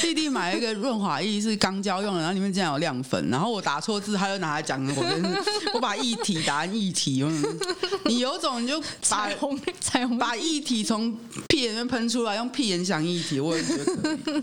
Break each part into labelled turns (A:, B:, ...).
A: 弟弟买了一个润滑液是钢胶用的，然后里面竟然有亮粉，然后我打错字，他就拿来讲我真是， 我把液体答案液体，嗯你有种你就把
B: 彩虹彩虹
A: 把液体从屁眼里面喷出来，用屁眼想液体，我也觉得可以。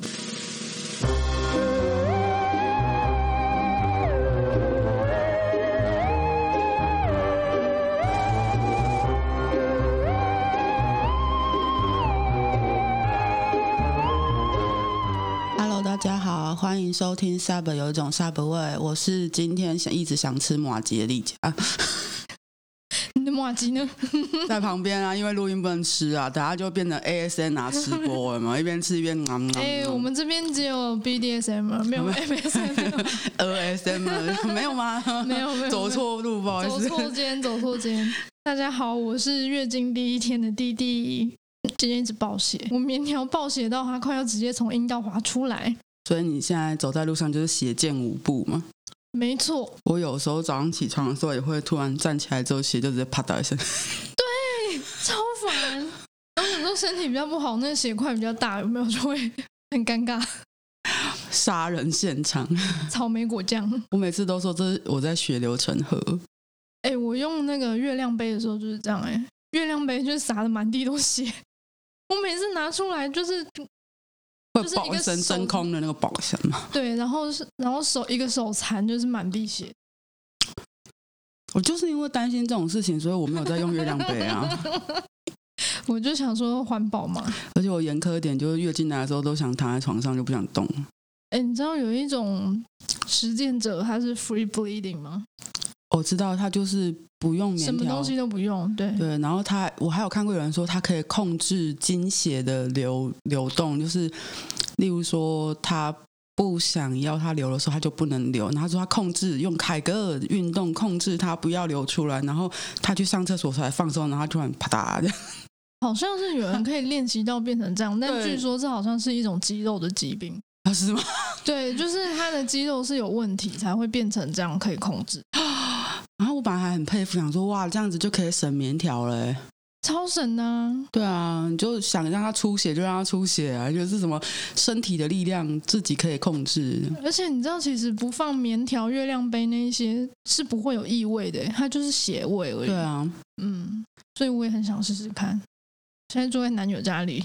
A: Hello，大家好，欢迎收听 Sub 有一种 Sub 味，我是今天想一直想吃马吉的丽佳，
B: 你的马吉呢？
A: 在旁边啊，因为录音不能吃啊，等下就变成 ASMR 吃播了嘛，一边吃一边嗯嗯嗯
B: 哎、我们这边只有 BDSM，没有啊 MSM，
A: ASMR 没有吗？
B: 没有没有没有
A: 走错路，不好意
B: 走
A: 思。
B: 错间，走错间。大家好，我是月经第一天的弟弟，今天一直爆血，我棉条爆血到他快要直接从阴道滑出来。
A: 所以你现在走在路上就是血溅五步嘛？
B: 没错，
A: 我有时候早上起床的时候也会突然站起来之后血就直接啪嗒一声，
B: 超烦。然后有时候身体比较不好，那血块比较大，有没有就会很尴尬。
A: 杀人现场。
B: 草莓果酱，
A: 我每次都说这是我在血流成河，
B: 哎、我用那个月亮杯的时候就是这样、哎，月亮杯就是洒的满地都血。我每次拿出来就是
A: 会
B: 就是一个
A: 爆一声
B: 手
A: 真空的那个爆一声嘛。
B: 对，然后是然后手一个手残就是满 地血，
A: 我就是因为担心这种事情，所以我没有在用月亮杯啊。
B: 我就想说环保嘛。
A: 而且我严苛一点，就是月经来的时候都想躺在床上就不想动。
B: 哎、你知道有一种实践者他是 free bleeding 吗？
A: 我知道他就是不用
B: 什
A: 棉
B: 么
A: 条
B: 东，西都不用，对，
A: 对，然后他我还有看过有人说，它可以控制经血的流流动，就是例如说他不想要它流的时候，他就不能流。然后他说他控制用凯格尔运动控制它不要流出来，然后他去上厕所出来放松，然后他突然啪嗒这样。
B: 好像是有人可以练习到变成这样，但
A: 对
B: 据说这好像是一种肌肉的疾病。
A: 啊， 是吗？
B: 对，就是他的肌肉是有问题才会变成这样，可以控制，
A: 然后我本来还很佩服，想说哇，这样子就可以省棉条了欸。
B: 超神呐、
A: 对啊，你就想让它出血就让它出血啊，就是什么身体的力量自己可以控制。
B: 而且你知道，其实不放棉条、月亮杯那一些是不会有异味的，欸它就是血味而已。
A: 对啊，
B: 嗯，所以我也很想试试看。现在住在男友家里，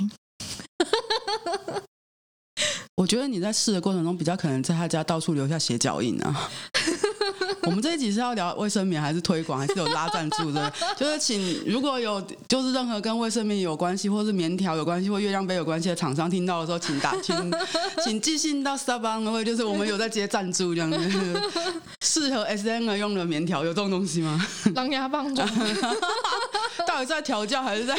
A: 我觉得你在试的过程中，比较可能在他家到处留下血脚印啊。我们这一集是要聊卫生棉，还是推广，还是有拉赞助的？就是请如果有就是任何跟卫生棉有关系，或是棉条有关系，或月亮杯有关系的厂商听到的时候，请打请请寄信到 s u b a n 会，就是我们有在接赞助这样子。适合 S N 用的棉条有这种东西吗？
B: 狼牙棒 状。
A: 到底在调教还是在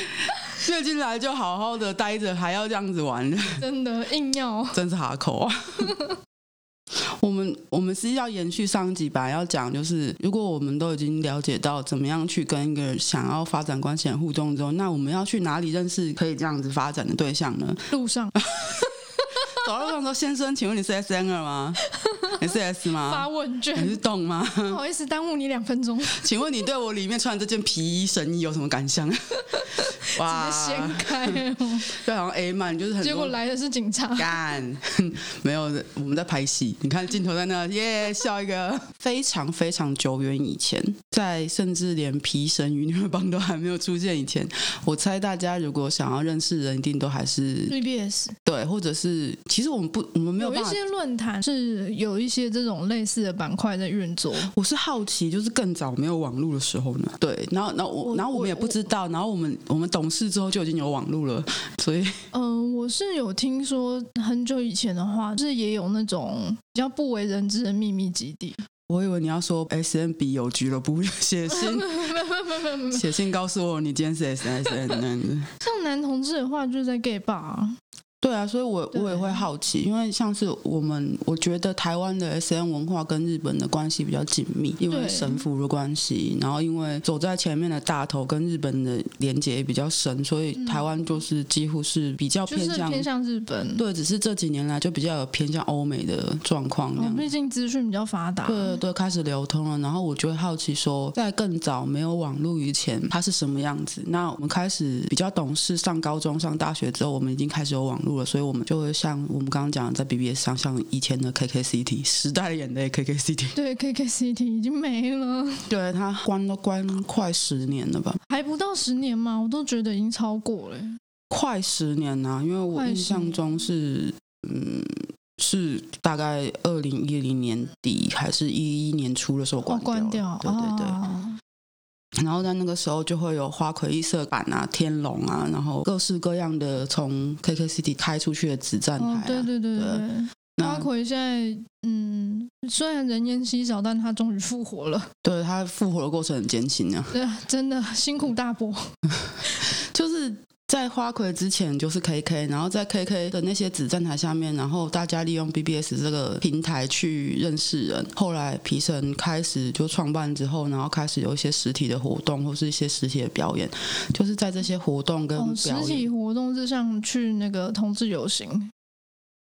A: 月经来就好好的待着，还要这样子玩？
B: 真的硬要
A: 真是哈口啊！ 我们我们是要延续上一集吧，要讲就是，如果我们都已经了解到怎么样去跟一个想要发展关系的互动之后，那我们要去哪里认识可以这样子发展的对象 呢？
B: 路上
A: 啊走到路上说：“先生，请问你是 S N 二 吗？你是 S
B: 发
A: 吗？
B: 问
A: 你
B: 卷，
A: 是动吗？
B: 不好意思耽误你两分钟，直
A: 请问你对我里面穿这件皮衣神衣有什么感 想？”哇啊
B: 接，掀 开，哦
A: 对，好像 A 漫就是很多
B: 结果来的是 警察。
A: 干，没有，我们在拍戏。你看镜头在那，耶、笑一 个。非常非常久远以前，在甚至连皮神与女帮都还没有出现以前，我猜大家如果想要认识人，一定都还是
B: BBS
A: 对，或者是其实我们不，嗯我们没有
B: 有
A: 办
B: 一
A: 法。
B: 些论坛是有一些这种类似的板块在运作，
A: 我是好奇，就是更早没有网络的时候呢，对，然后，然后我，
B: 我
A: 然后我们也
B: 我
A: 不知道，然后我们我们懂事之后就已经有网络了，所以
B: 嗯、我是有听说很久以前的话，就是也有那种比较不为人知的秘密基 地。
A: 我以为你要说哎 S M B 有俱乐部写 信， 写信告诉我你今天是 S S N 那样子。
B: 像男同志的话，就是在 gay bar，啊
A: 对啊，所以我我也会好奇，因为像是我们，我觉得台湾的 S N 文化跟日本的关系比较紧密，因为
B: 对
A: 神父的关系，然后因为走在前面的大头跟日本的连接也比较深，所以
B: 嗯
A: 台湾就是几乎是比较
B: 就是
A: 偏向。
B: 偏向日本。
A: 对，只是这几年来就比较有偏向欧美的状况那
B: 哦，
A: 样子
B: 毕竟资讯比较发达。
A: 对对对，开始流通了。然后我就会好奇说，在更早没有网络以前，它是什么样子？那我们开始比较懂事，上高中、上大学之后，我们已经开始有网络了，所以我们就会像我们刚刚讲的，在 BBS 上，像以前的 KKCT 时代的眼泪 KKCT，
B: 对，KKCT 已经没了，
A: 对它关都关快十年了吧，
B: 还不到十年嘛，我都觉得已经超过了欸。
A: 快十年呐、因为我
B: 快
A: 印
B: 十年
A: 象中是，嗯，是大概二零一零年底还是一一年初的时候
B: 哦
A: 关掉了，
B: 关掉，
A: 对对对。
B: 啊
A: 然后在那个时候就会有花魁异色版啊、天龙啊，然后各式各样的从 KKCity 开出去的子站台、啊
B: 哦，对对对
A: 对
B: 对对。
A: 那
B: 花魁现在，嗯，虽然人烟稀少，但他终于复活了。
A: 对它复活的过程很艰辛啊，
B: 对啊，真的辛苦大伯。
A: 就是。在花魁之前就是 KK，然后在 KK 的那些子站台下面，然后大家利用 BBS 这个平台去认识人。后来皮神开始就创办之后，然后开始有一些实体的活动或是一些实体的表演，就是在这些活动跟
B: 哦，实
A: 表演，
B: 体活动就像去那个同志游行，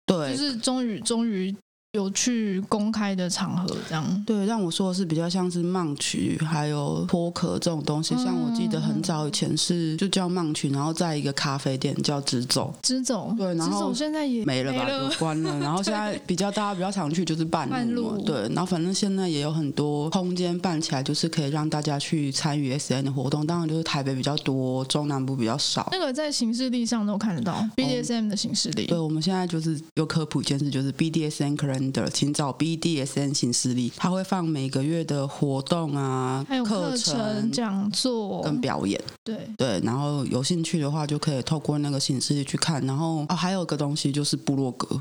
B: 就
A: 对，
B: 是终于终于有去公开的场合这样。
A: 对，让我说的是比较像是漫曲，还有脱壳这种东西。像我记得
B: 嗯
A: 很早以前是就叫漫曲，然后在一个咖啡店叫直走，
B: 直走，
A: 对然
B: 直
A: 后
B: 走现在也
A: 没了吧，就关了。然后现在比较大家比较常去就是半
B: 半
A: 路嘛
B: 路
A: 对。然后反正现在也有很多空间办起来，就是可以让大家去参与 SN 的活动。当然就是台北比较多，中南部比较少。
B: 那个在形式力上都看得到 BDSM 的形式力。
A: 哦对，我们现在就是有科普一件事，就是 BDSN calendar，请找 BDSN 行事历，它会放每个月的活动啊、
B: 还有课
A: 程
B: 程、讲座，
A: 跟表演。
B: 对，
A: 对，然后有兴趣的话就可以透过那个形式去看。然后哦，还有一个东西就是部落格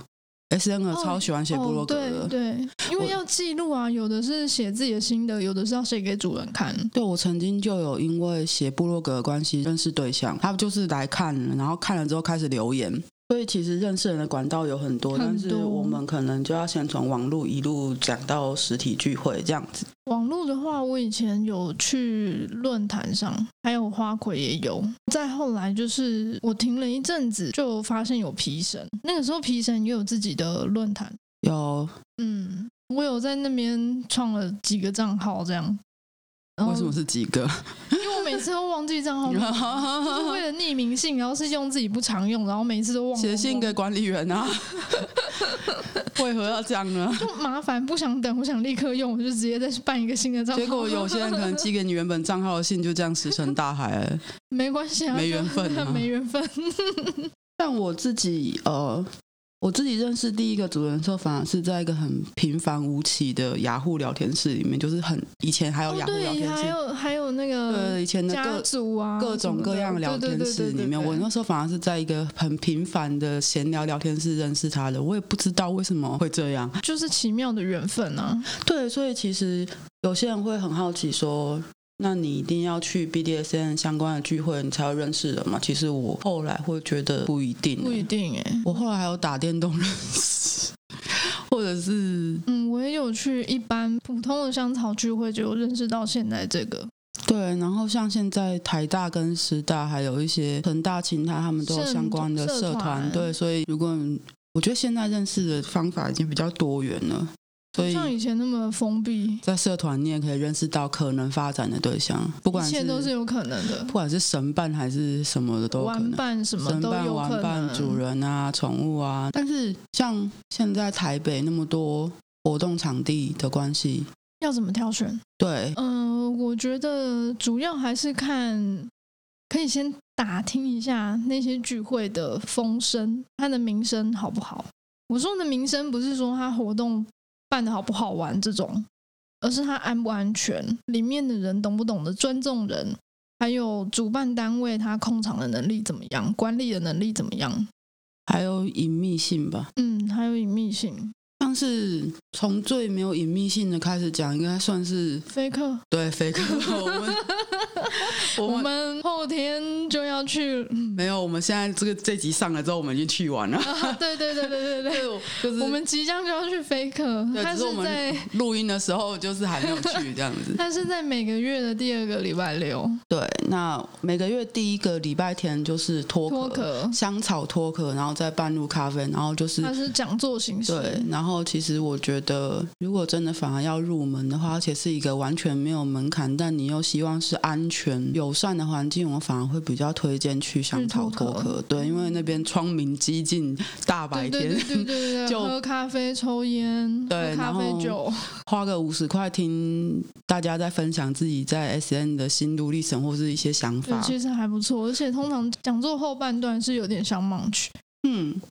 A: ，S N
B: 哦
A: 超喜欢写部落格的。
B: 哦。对对，因
A: 我
B: 为要记录啊，有的是写自己的心得，有的是要写给主人看。
A: 对，我曾经就有因为写部落格的关系认识对象，他就是来看，然后看了之后开始留言。所以其实认识人的管道有很多，
B: 很
A: 但是
B: 多
A: 我们可能就要先从网络一路讲到实体聚会这样子。
B: 网络的话，我以前有去论坛上，还有花魁也有。再后来就是我停了一阵子，就发现有皮神，那个时候皮神也有自己的论坛，
A: 有
B: 嗯，我有在那边创了几个账号这样。然后
A: 为什么？是几个？
B: 因为我每次都忘记 账号名，嗯哦就是为了匿名性，然后是用自己不常用，然后每次都忘。
A: 写信给管理员 啊？为何要这样呢？
B: 就麻烦，不想等，我想立刻用，我就直接再去办一个新的账 号。
A: 结 果有些人可能寄给你原本账号的信就这样石沉大海 了。
B: 没关系啊，
A: 没缘分啊
B: 没缘分。
A: 但我自己呃，我自己认识第一个主人的时候，反而是在一个很平凡无奇的雅虎聊天室里面，就是很以前还有
B: 哦，
A: 雅虎聊
B: 对，
A: 天
B: 还
A: 室，
B: 有还有那
A: 对
B: 个
A: 以前的
B: 家
A: 各。
B: 族啊，
A: 各种各样的聊天室里面，我那
B: 那
A: 时候反而是在一个很平凡的闲聊聊天室认识他的，我也不知道为什么会这样。
B: 就是奇妙的缘分啊。
A: 对，所以其实有些人会很好奇说，那你一定要去 BDSN 相关的聚会，你才会认识人嘛？其实我后来会觉得不一定欸，
B: 不一定哎、
A: 我后来还有打电动认识，或者是
B: 嗯，我也有去一般普通的香草聚会，就有认识到现在这个
A: 对，然后像现在台大跟师大，还有一些成大、清大，他们都有
B: 社
A: 相关的
B: 社
A: 社团，
B: 团
A: 对，所以如果你我觉得现在认识的方法已经比较多元了，所
B: 不
A: 以
B: 像以前那么封闭，
A: 在社团你也可以认识到可能发展的对象，不管
B: 一切都是有可能的
A: 不，管是神伴还是什么的都有可
B: 玩
A: 能。
B: 伴什么
A: 神
B: 都
A: 伴、
B: 有
A: 玩
B: 可
A: 伴、主
B: 能。
A: 人啊、宠物啊，但是像现在台北那么多活动场地的关系，
B: 要怎么挑选？
A: 对，
B: 嗯、我觉得主要还是看，可以先打听一下那些聚会的风声，它的名声好不好。我说的名声不是说它活动办的好不好玩这种，而是它安不安全，里面的人懂不懂得尊重人，还有主办单位它控场的能力怎么样，管理的能力怎么样。
A: 还有隐秘性吧。
B: 嗯，还有隐秘性，
A: 像是从最没有隐秘性的开始讲，应该算是
B: 飞客。
A: 对飞哥。我 们我
B: 我
A: 们
B: 们后天就要 去，嗯
A: 没有，我们现在这个这集上了之后，我们已经去完了。
B: 啊，对对对对对对，
A: 对， 就是
B: 哎我们即将就要去飞客，
A: 对，
B: 他
A: 只是我
B: 是 在
A: 们录音的时候就是还没有去这样子。
B: 他是在每个月的第二个礼拜六
A: 对，那每个月第一个礼拜天就是脱
B: 脱
A: 壳
B: 壳，
A: 香草脱壳，然后再半路咖啡，然后就是
B: 他是讲座形式，
A: 对，然后其实我觉得，如果真的反而要入门的话，而且是一个完全没有门槛，但你又希望是安全、有友善的环境，我反而会比较推荐去香草
B: 日头
A: 脱
B: 嗯壳
A: 壳。对，因为那边窗明几净，大白
B: 对对
A: 天，
B: 对对对 对，
A: 就
B: 喝咖啡、抽烟、
A: 对
B: 喝咖
A: 然后
B: 啡酒，
A: 花个五十块听大家在分享自己在 S N 的心路历程或是一些想
B: 对，
A: 法。
B: 其实还不错。而且通常讲座后半段是有点像盲区，
A: 嗯，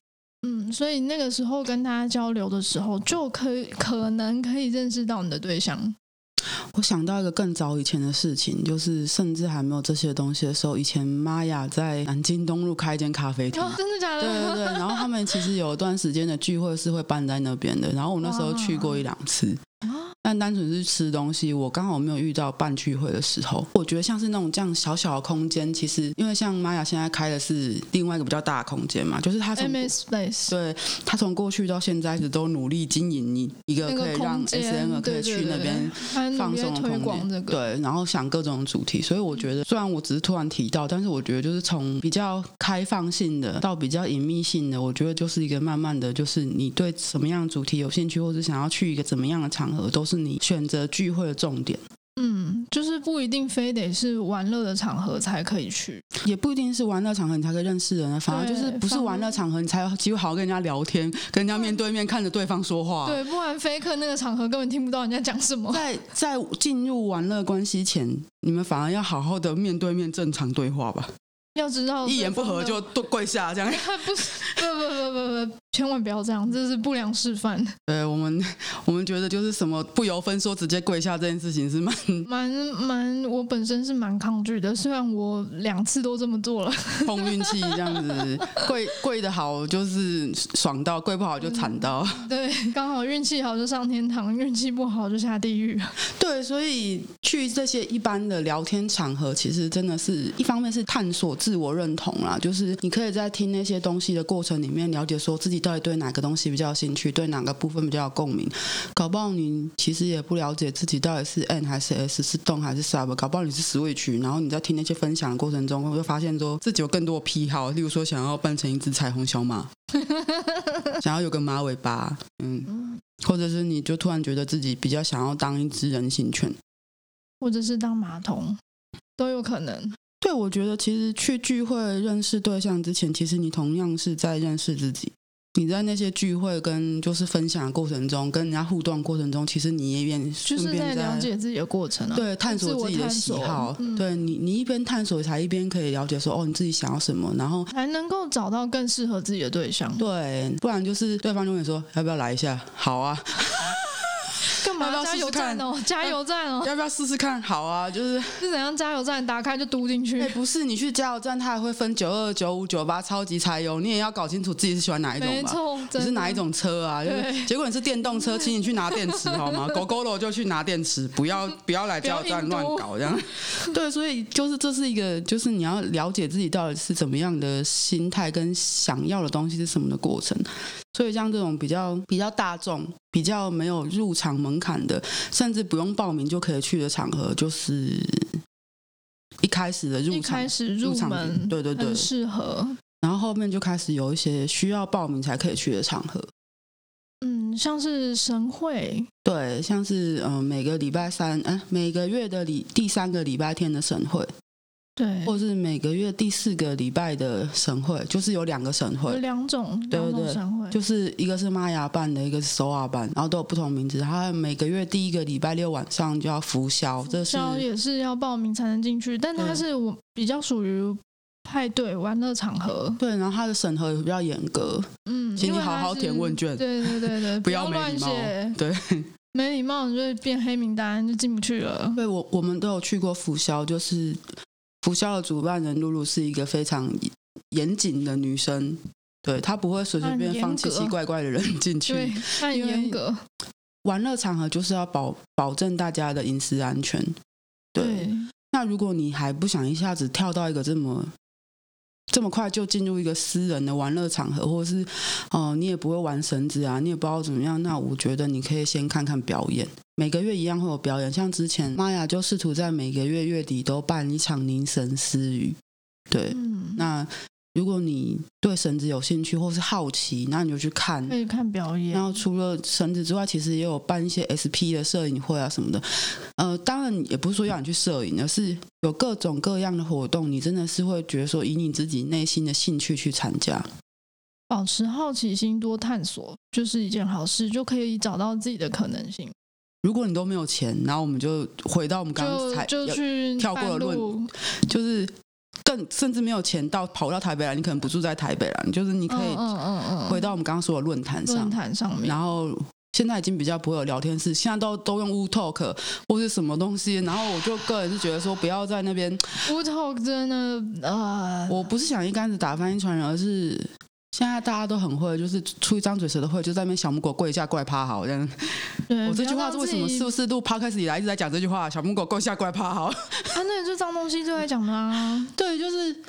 B: 嗯，所以那个时候跟大家交流的时候，就可以可能可以认识到你的对象。
A: 嗯我想到一个更早以前的事情，就是甚至还没有这些东西的时候，以前玛雅在南京东路开一间咖啡厅。
B: 哦，真的假的？
A: 对对 对，然后他们其实有一段时间的聚会是会办在那边的，然后我那时候去过一两次，但单纯是吃东西，我刚好没有遇到办聚会的时候。我觉得像是那种这样小小的空间，其实因为像玛雅现在开的是另外一个比较大的空间嘛，就是他从
B: MS Space，
A: 对他从过去到现在一直都努力经营你一个
B: 那
A: 可以
B: 个
A: 让
B: 空
A: S
B: 间
A: N 二可以
B: 对对
A: 去那
B: 对
A: 边
B: 还努
A: 放
B: 力在
A: 松的
B: 推
A: 空
B: 广
A: 间，
B: 这个，嗯
A: 对，然后想各种主题，所以我觉得虽然我只是突然提到，但是我觉得就是从比较开放性的到比较隐秘性的，我觉得就是一个慢慢的就是你对什么样的主题有兴趣，或者想要去一个怎么样的场合，都是你选择聚会的重点，
B: 嗯，就是不一定非得是玩乐的场合才可以去，
A: 也不一定是玩乐场合你才可以认识人啊，反而就是
B: 对
A: 不是玩乐场合你才有机会好好跟人家聊天，跟人家面对面看着对方说话。
B: 对，不然飞客那个场合根本听不到人家讲什么。
A: 在在进入玩乐关系前，你们反而要好好的面对面正常对话吧，
B: 要知道
A: 一言不
B: 对方
A: 合
B: 哦的
A: 就都跪下这样。
B: 不是，不不不不不，千万不要这样，这是不良示范，
A: 对我们，我们觉得就是什么不由分说直接跪下这件事情是蛮
B: 蛮蛮，我本身是蛮抗拒的，虽然我两次都这么 做了，
A: 碰运气这样子，跪跪的好就是爽到，跪不好就惨到。
B: 对，刚好运气好就上天堂，运气不好就下地狱。
A: 对，所以去这些一般的聊天场合，其实真的是一方面是探索自我认同啦，就是你可以在听那些东西的过程里面了解说自己到底对哪个东西比较有兴趣，对哪个部分比较有共鸣。搞不好你其实也不了解自己到底是 N 还是 S，是动还是 sub，搞不好你是 switch，然后你在听那些分享的过程中，会发现说自己有更多的癖好，例如说想要扮成一只彩虹小马， 想要有个马尾巴，嗯。或者是你就突然觉得自己比较想要当一只人形犬。
B: 或者是当马桶都有可能。
A: 对，我觉得其实去聚会认识对象之前，其实你同样是在认识自己。你在那些聚会跟就是分享的过程中，跟人家互动的过程中，其实你也一边
B: 就
A: 顺
B: 是
A: 便
B: 在了解自己的过程啊。
A: 对，探
B: 自
A: 索
B: 我
A: 自己的
B: 探
A: 喜
B: 索
A: 好。
B: 嗯
A: 对你，你一边探索，才一边可以了解说，哦，你自己想要什么。然后，
B: 才能够找到更适合自己的对象。
A: 对，不然就是对方就会说，要不要来一下？好啊，
B: 干
A: 要
B: 嘛
A: 不要
B: 加
A: 试
B: 油
A: 试看啊
B: 站哦？加油站哦！
A: 要不要试试看？好啊，就是，
B: 是怎样加油站打开就嘟进去
A: 哎、？不是，你去加油站，他还会分九二、九五、九八超级柴油，你也要搞清楚自己是喜欢哪一种吧。
B: 没错，
A: 你
B: 真的
A: 是哪一？种车啊？就是
B: 对
A: 结果你是电动车，请你去拿电池好 吗？狗狗楼就去拿电池，不要不要来加油站
B: 不要
A: 乱
B: 硬多
A: 搞这样。对，所以就是这是一个，就是你要了解自己到底是怎么样的心态跟想要的东西是什么的过程。所以像这种比较比较大众、比较没有入场门槛的，甚至不用报名就可以去的场合，就是一开始的入
B: 一
A: 场
B: 开。始入
A: 场
B: 门，
A: 对对对
B: 很适合。
A: 然后后面就开始有一些需要报名才可以去的场合，
B: 嗯，像是神会，
A: 对，像是嗯、呃每个礼拜三，哎、每个月的礼第三个礼拜天的省会，
B: 对，
A: 或是每个月第四个礼拜的省会，就是有两个省
B: 有
A: 会，
B: 两种，
A: 对
B: 两种
A: 对
B: 神会，
A: 就是一个是玛雅办的，一个是首尔办，然后都有不同名字。它每个月第一个礼拜六晚上就要拂晓，这是
B: 像也是要报名才能进去，但它
A: 对
B: 是我比较属于派对玩乐场合。
A: 对，然后它的审核也比较严格，
B: 嗯，
A: 请
B: 因
A: 你
B: 为
A: 好
B: 它
A: 好填
B: 是
A: 问卷
B: 对对对对，
A: 不
B: 要
A: 要没
B: 乱
A: 礼貌
B: 写，。
A: 对，
B: 没礼貌你就会变黑名单，就进不去了。
A: 对我我们都有去过拂晓，就是拂晓的主办人露露是一个非常严谨的女生，对她不会随随
B: 她很
A: 便放
B: 严
A: 奇
B: 格
A: 奇怪怪的人进去。
B: 对，它很
A: 因为
B: 严格。
A: 玩乐场合就是要保保证大家的饮食安全。对，
B: 对，嗯
A: 那如果你还不想一下子跳到一个这么这么快就进入一个私人的玩乐场合，或者是哦、呃你也不会玩绳子啊，你也不知道怎么样，那我觉得你可以先看看表演。每个月一样会有表演，像之前玛雅就试图在每个月月底都办一场凝神私语，对，
B: 嗯，
A: 那如果你对绳子有兴趣或是好奇，那你就去看
B: 可。以看表演
A: 然。后除了绳子之外，其实也有办一些 SP 的摄影会啊什么的。呃，当然也不是说要你去摄影，而是有各种各样的活动，你真的是会觉得说以你自己内心的兴趣去参加。
B: 保持好奇心，多探索，就是一件好事，就可以找到自己的可能性。
A: 如果你都没有钱，然后我们就回到我们刚刚才
B: 就就去
A: 跳过了
B: 半路，
A: 就是更甚至没有钱到跑到台北来，你可能不住在台北了，就是你
B: 你
A: 可以
B: 嗯嗯嗯，
A: 回到我们刚刚说的论坛上
B: 论，坛上面，
A: 然后。现在已经比较不会有聊天室，现在都都用 w Talk 或是什么东西，然后我就个人是觉得说不要在那边，
B: 乌托真的 呃，
A: 我不是想一竿子打翻一船人，而是现在大家都很会，就是出一张嘴谁都会，就在那边小母狗跪一下过来趴好这样。
B: 对，
A: 我这
B: 不要
A: 句话
B: 让
A: 是为什
B: 自
A: 么？
B: 己
A: 呃是不是录 podcast 以来一直在讲这句话？小母狗跪下过来趴好。
B: 啊，那这脏东西就在讲 的啊，
A: 对，就是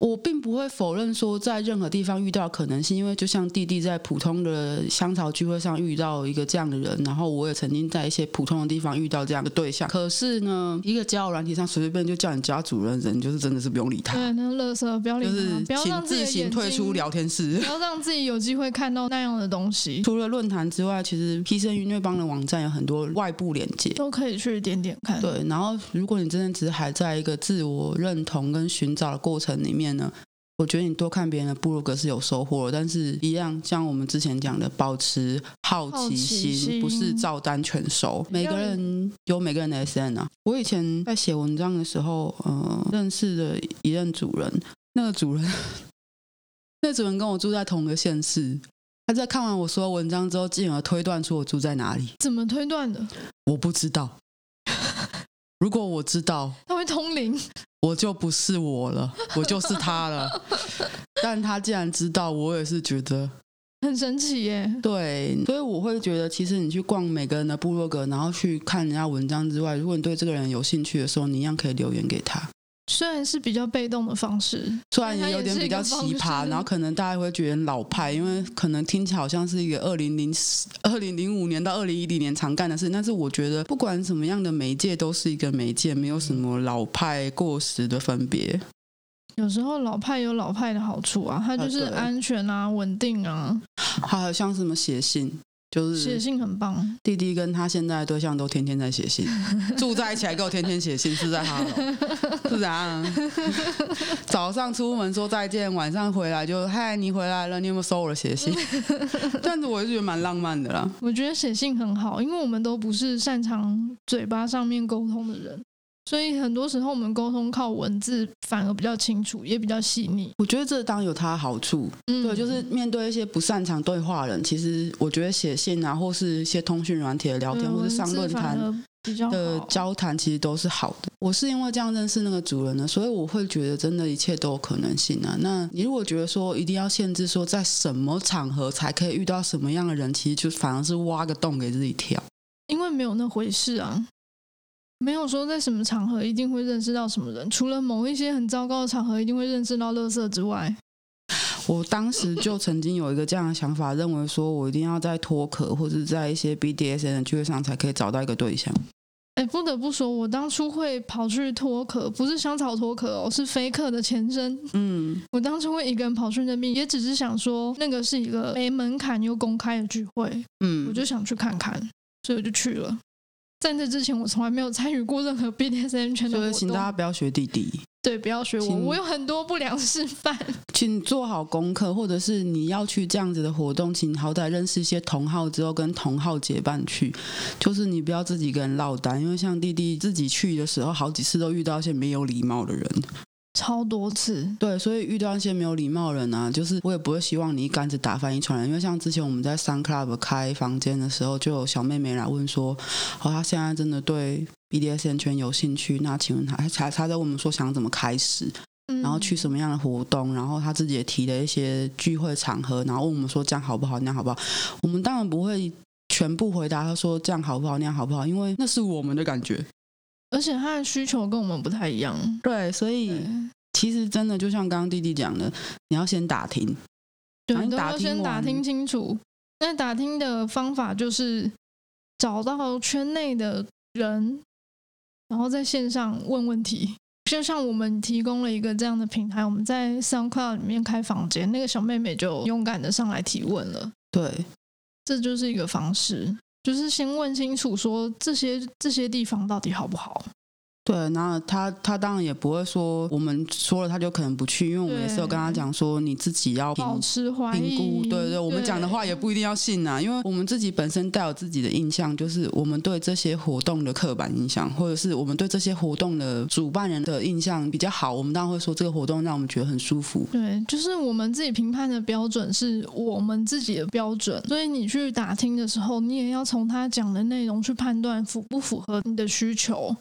A: 我并不会否认说在任何地方遇到可能性，因为就像弟弟在普通的香草聚会上遇到一个这样的人，然后我也曾经在一些普通的地方遇到这样的对象。可是呢，一个交友软体上随随便就叫你加主任人，就是真的是不用理他，
B: 对，那垃圾不要理
A: 就是
B: 他，不要
A: 请
B: 让自己
A: 自
B: 的
A: 行
B: 眼
A: 退出
B: 睛，
A: 聊天室
B: 不。要让自己有机会看到那样的东西，
A: 除了论坛之外，其实 P 生音乐帮的网站有很多外部连接，
B: 都可以去点点看。
A: 对，然后如果你真的只是还在一个自我认同跟寻找的过程里面呢，我觉得你多看别人的部落格是有收获的，但是一样像我们之前讲的，保持好
B: 好
A: 奇
B: 奇
A: 心，不是
B: 心
A: 照单全收。每个
B: 让
A: 人有每个人的 SN 啊。我以前在写文章的时候，呃，认识的一任主人，那个主人，那个主人跟我住在同个县市。他在看完我所有文章之后，进而推断出我住在哪里。
B: 怎么推断的？
A: 我不知道。 如果我知道，
B: 他会通灵，
A: 我就不是我了，我就是他 了。但他既然知道，我也是觉得
B: 很神奇耶。
A: 对，所以我会觉得，其实你去逛每个人的部落格，然后去看人家文章之外，如果你对这个人有兴趣的时候，你一样可以留言给他。
B: 虽然是比较被动的方式，
A: 虽然也有点
B: 但它也是
A: 比
B: 一
A: 较
B: 个
A: 奇
B: 方
A: 葩，
B: 式
A: 然后可能大家会觉得老派，因为可能听起来好像是一个二零零二零零五年到二零一零年常干的事，但是我觉得不管什么样的媒介都是一个媒介，没有什么老派过时的分别。
B: 有时候老派有老派的好处啊，它就是
A: 啊对
B: 安全啊、稳定啊，
A: 还有像什么写信，就
B: 写
A: 是
B: 信很棒。
A: 弟弟跟他现在的对象都天天在写信，住在一起还给我天天写信，是在哈喽，是怎样？早上出门说再见，晚上回来就嗨，你回来了，你有没有收我的写信？ 这样子我就觉得蛮浪漫的啦。
B: 我觉得写信很好，因为我们都不是擅长嘴巴上面沟通的人，所以很多时候我们沟通靠文字反而比较清楚，也比较细腻。
A: 我觉得这当然有它的好处，
B: 嗯，
A: 对，就是面对一些不擅长对话的人，其实我觉得写信啊，或是一些通讯软体的聊天，
B: 对
A: 或是上论坛
B: 文字反而比较
A: 的
B: 好。
A: 交谈，其实都是好的。我是因为这样认识那个主人的，所以我会觉得真的一切都有可能性啊。那你如果觉得说一定要限制说在什么场合才可以遇到什么样的人，其实就反而是挖个洞给自己跳。
B: 因为没有那回事啊，没有说在什么场合一定会认识到什么人，除了某一些很糟糕的场合一定会认识到垃圾之外，
A: 我当时就曾经有一个这样的想法，认为说我一定要在脱壳或者在一些 BDSN 的聚会上才可以找到一个对象。
B: 哎，不得不说，我当初会跑去脱壳，不是香草脱壳哦，是飞客的前身。
A: 嗯，
B: 我当初会一个人跑去那边，也只是想说那个是一个没门槛又公开的聚会，
A: 嗯，
B: 我就想去看看，所以我就去了。在那之前，我从来没有参与过任何 BDSM 圈的
A: 所
B: 活
A: 以请大家
B: 动。
A: 不要学弟弟，
B: 对，不要学我，
A: 请
B: 我有很多不良示范。
A: 请做好功课，或者是你要去这样子的活动，请好歹认识一些同好之后跟同好结伴去，就是你不要自己一个人落单，因为像弟弟自己去的时候，好几次都遇到一些没有礼貌的人，
B: 超多次，
A: 对，所以遇到一些没有礼貌的人啊，就是我也不会希望你一竿子打翻一船人，因为像之前我们在 Sun Club 开房间的时候，就有小妹妹来问说，哦，她现在真的对 BDSN 圈有兴趣，那请问她，她她在问我们说想怎么开始，
B: 嗯
A: 然后去什么样的活动，然后他自己也提了一些聚会场合，然后问我们说这样好不好，那样好不好？我们当然不会全部回答他说这样好不好，那样好不好，因为那是我们的感觉。
B: 而且他的需求跟我们不太一样。
A: 对，所以其实真的就像刚刚弟弟讲的，你要先打听，
B: 对，
A: 然后
B: 对
A: 你
B: 都
A: 打
B: 要
A: 听
B: 先打
A: 完
B: 听清楚。那打听的方法就是找到圈内的人，然后在线上问问题。就像我们提供了一个这样的平台，我们在 SoundCloud 里面开房间，那个小妹妹就勇敢的上来提问了，
A: 对，
B: 这就是一个方式，就是先问清楚说这些这些地方到底好不好。
A: 对，那他他当然也不会说我们说了他就可能不去，因为我们也是有跟他讲说你自己要评
B: 保持怀
A: 评
B: 疑，
A: 估，对对，我们讲的话也不一定要信啊，因为我们自己本身带有自己的印象，就是我们对这些活动的刻板印象，或者是我们对这些活动的主办人的印象比较好，我们当然会说这个活动让我们觉得很舒服。
B: 对，就是我们自己评判的标准是我们自己的标准，所以你去打听的时候，你也要从他讲的内容去判断符不符合你的需求。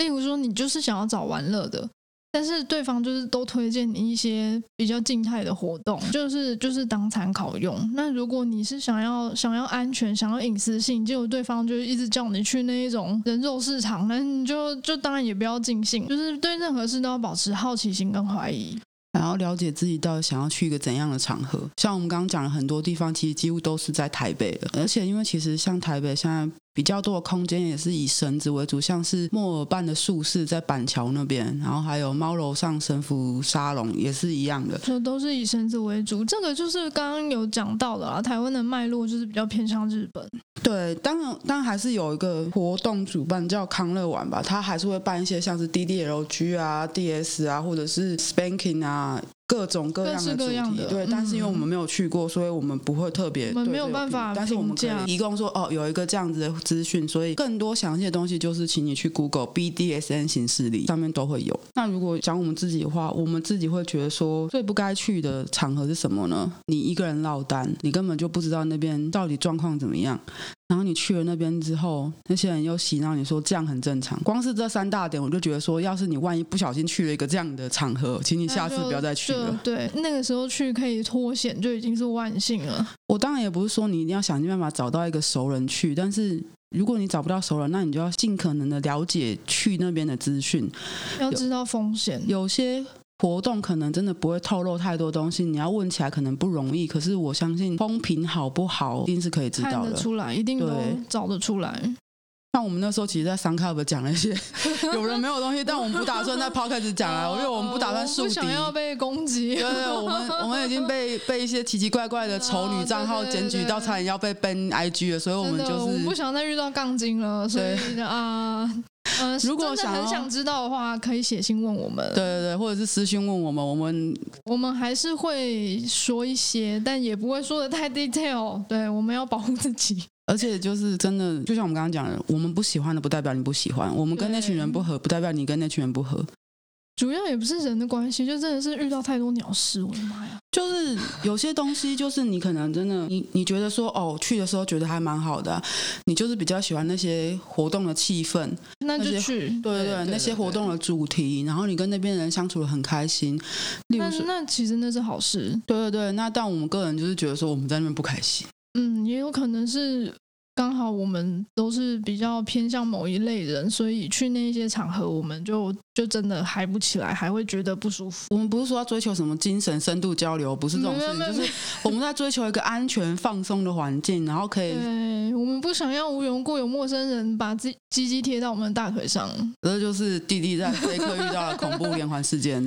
B: 例如说，你就是想要找玩乐的，但是对方就是都推荐你一些比较静态的活动，就是就是当参考用。那如果你是想要想要安全、想要隐私性，结果对方就一直叫你去那一种人肉市场，那你就就当然也不要尽兴，就是对任何事都要保持好奇心跟怀疑。
A: 然后了解自己到底想要去一个怎样的场合。像我们刚刚讲了很多地方，其实几乎都是在台北的，而且因为其实像台北现在比较多的空间也是以绳子为主，像是墨尔本的术士在板桥那边，然后还有猫楼上神父沙龙也是一样的。
B: 就都是以绳子为主，这个就是刚刚有讲到的啦。台湾的脉络就是比较偏向日本，
A: 对，当然，当然还是有一个活动主办叫康乐玩吧，他还是会办一些像是 DDLG 啊、DS 啊，或者是 Spanking 啊。各种各样的
B: 各式
A: 主
B: 各
A: 题，
B: 样的
A: 对，
B: 嗯
A: 但是因为我们没有去过，所以我们不会特别
B: 我们
A: 对
B: 没有
A: 这个
B: 办法
A: 评但是我们可以
B: 评价
A: 提供说，哦，有一个这样子的资讯，所以更多详细的东西就是请你去 Google BDSN 形式里上面都会有。那如果讲我们自己的话，我们自己会觉得说，最不该去的场合是什么呢？你一个人落单，你根本就不知道那边到底状况怎么样。然后你去了那边之后，那些人又洗脑你说这样很正常。光是这三大点，我就觉得说，要是你万一不小心去了一个这样的场合，请你下次不要再去
B: 那就
A: 了。
B: 就对，啊那个时候去可以脱险就已经是万幸了。
A: 我当然也不是说你一定要想尽办法找到一个熟人去，但是如果你找不到熟人，那你就要尽可能的了解去那边的资讯。
B: 要知道风险，
A: 有些活动可能真的不会透露太多东西，你要问起来可能不容易。可是我相信风评好不好，一定是可以知
B: 看
A: 道
B: 得
A: 的。
B: 出来，一定都
A: 对
B: 找得出来。
A: 像我们那时候其实，在三 cup 讲了一 些有人没有东西，但我们不打算在 podcast 讲啊，因为我们不打算树
B: 我
A: 敌
B: 哦不。想要被攻击。
A: 对对，我 们我们已经被被一些奇奇怪怪的丑女账号
B: 啊对对
A: 检举
B: 对
A: 到，差点要被 ban IG 了，所以我
B: 真
A: 们
B: 的，
A: 就
B: 我
A: 是
B: 不想再遇到杠精了，所以啊，嗯、呃，
A: 如果
B: 真的
A: 想要
B: 很想知道的话，可以写信问我们。
A: 对对对，或者是私讯问我们，我们
B: 我们还是会说一些，但也不会说的太 detail。对，我们要保护自己。
A: 而且就是真的，就像我们刚刚讲的，我们不喜欢的不代表你不喜欢，我们跟那群人不合，不代表你跟那群人不合。
B: 主要也不是人的关系，就真的是遇到太多鸟事，我的妈呀！
A: 就是有些东西，就是你可能真的，你你觉得说哦，去的时候觉得还蛮好的啊、你就是比较喜欢那些活动的气氛，
B: 那
A: 那
B: 就
A: 些
B: 去，
A: 对对对，那些活动的主题，然后你跟那边人相处的很开心。例
B: 那
A: 如说，
B: 那其实那是好事。
A: 对对对，那但我们个人就是觉得说我们在那边不开心，
B: 嗯，也有可能是刚好我们都是比较偏向某一类人，所以去那一些场合，我们就就真的嗨不起来，还会觉得不舒服。
A: 我们不是说要追求什么精神深度交流，不是这种事
B: 没有没有
A: 情，就
B: 没有
A: 是我们在追求一个安全放松的环境，然后可以
B: 对，我们不想要无缘无故有陌生人把自己鸡鸡贴到我们的大腿上。
A: 这就是弟弟在这一刻遇到了恐怖连环事件。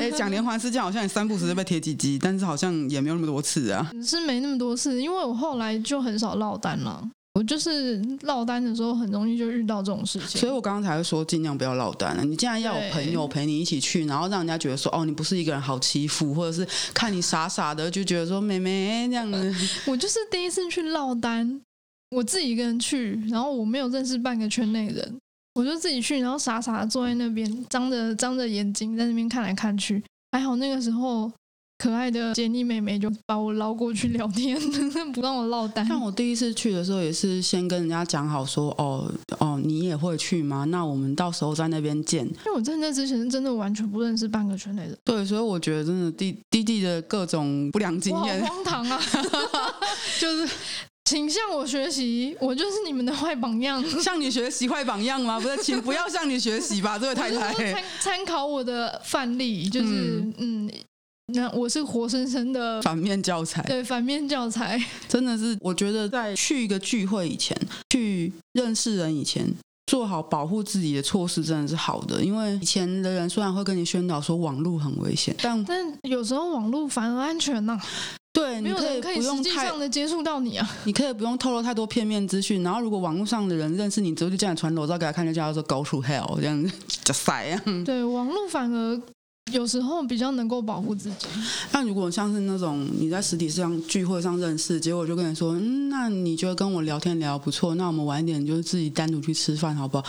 A: 哎、讲连环事件好像也三不时就被贴几击，但是好像也没有那么多次啊。
B: 是没那么多次，因为我后来就很少落单了。我就是落单的时候，很容易就遇到这种事 情。
A: 所以我刚刚才会说尽量不要落单了。啊你既然要有
B: 对
A: 朋友陪你一起去，然后让人家觉得说哦，你不是一个人好欺负，或者是看你傻傻的就觉得说妹妹这样子。
B: 我就是第一次去落单，我自己一个人去，然后我没有认识半个圈内人，我就自己去，然后傻傻的坐在那边，张着张着眼睛在那边看来看去。还好那个时候，可爱的杰尼妹妹就把我捞过去聊天， 不让我落单。
A: 像我第一次去的时候，也是先跟人家讲好说哦哦，你也会去吗？那我们到时候在那边见。
B: 因为我在那之前真的完全不认识半个圈内人，
A: 对，所以我觉得真的弟弟弟的各种不良经
B: 我好
A: 验，
B: 荒唐啊！
A: 就是
B: 请向我学习，我就是你们的坏榜样。
A: 向你学习坏榜样吗？不是，请不要向你学习 吧，这位 太
B: 我就是说
A: 太
B: 参。参考我的范例，就是嗯那我是活生生的
A: 反面教材
B: 对反面教材，
A: 真的是，我觉得在去一个聚会以前，去认识人以前，做好保护自己的措施真的是好的，因为以前的人虽然会跟你宣导说网络很危险，但
B: 但有时候网络反而安全呐、
A: 对你
B: 没有
A: 可以
B: 人可以
A: 不用
B: 实际
A: 太
B: 上的接触到你啊。
A: 你可以不用透露太多片面资讯，然后如果网络上的人认识你之后，就叫你传裸照给他看，就叫他说 “go to hell” 这样子，就 塞啊。
B: 对，网络反而有时候比较能够保护自己。
A: 那如果像是那种你在实体上聚会上认识，结果就跟你说，嗯，那你觉得跟我聊天聊得不错，那我们晚一点就是自己单独去吃饭好不好？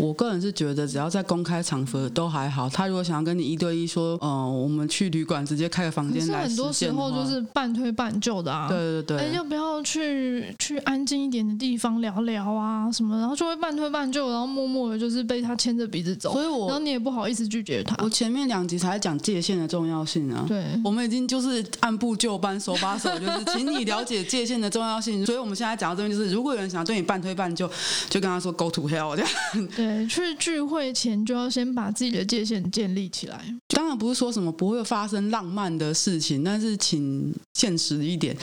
A: 我个人是觉得只要在公开场合都还好。他如果想要跟你一对一说，嗯、我们去旅馆直接开个房
B: 可
A: 间
B: 是
A: 来
B: 很多
A: 实
B: 时
A: 践的
B: 候就
A: 话
B: 是半推半就的啊。
A: 对对对
B: 哎，要不要去去安静一点的地方聊聊啊什么？然后就会半推半就，然后默默的就是被他牵着鼻子走，
A: 所以
B: 然后
A: 我
B: 你也不好意思拒绝他。
A: 我前面两集才在讲界限的重要性啊。
B: 对，
A: 我们已经就是按部就班、手把手，就是请你了解界限的重要性。所以我们现在讲到这边，就是如果有人想要对你半推半就，就跟他说 “go to hell” 这样。
B: 对，去聚会前就要先把自己的界限建立起来。
A: 当然不是说什么不会发生浪漫的事情，但是请现实一点。